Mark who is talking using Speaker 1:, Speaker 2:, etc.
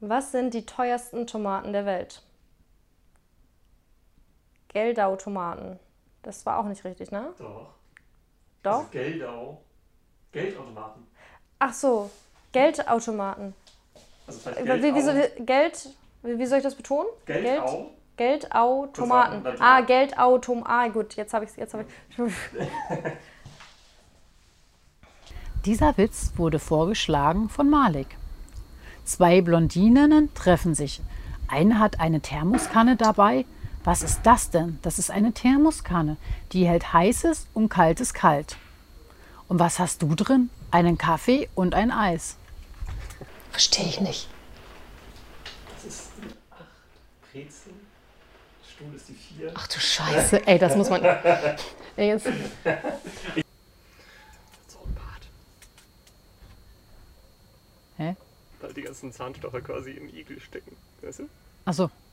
Speaker 1: Was sind die teuersten Tomaten der Welt? Geldautomaten. Das war auch nicht richtig, ne?
Speaker 2: Doch. Das
Speaker 1: Doch?
Speaker 2: ist Geldau. Geldautomaten.
Speaker 1: Ach so, Geldautomaten.
Speaker 2: Also vielleicht
Speaker 1: Äh, Wie, wie,
Speaker 2: Geldau.
Speaker 1: soll- Geld, wie, wie soll ich das betonen?
Speaker 2: Geldau.
Speaker 1: Geldautomaten.
Speaker 2: Das war-
Speaker 1: Ah, Geldautom. Ah, gut, jetzt habe ich es. Jetzt habe ich.
Speaker 3: Dieser Witz wurde vorgeschlagen von Malik. Zwei Blondinen treffen sich. Eine hat eine Thermoskanne dabei. Was ist das denn? Das ist eine Thermoskanne. Die hält heißes und kaltes kalt. Und was hast du drin? Einen Kaffee und ein Eis.
Speaker 4: Verstehe ich nicht.
Speaker 2: Das ist eine 8. Brezel. Stuhl ist die 4.
Speaker 4: Ach du Scheiße, ey, das muss man. Ey, jetzt,
Speaker 2: So ein Bart.
Speaker 3: Hä?
Speaker 2: Weil die ganzen Zahnstocher quasi im Igel stecken. Weißt du?
Speaker 3: Achso,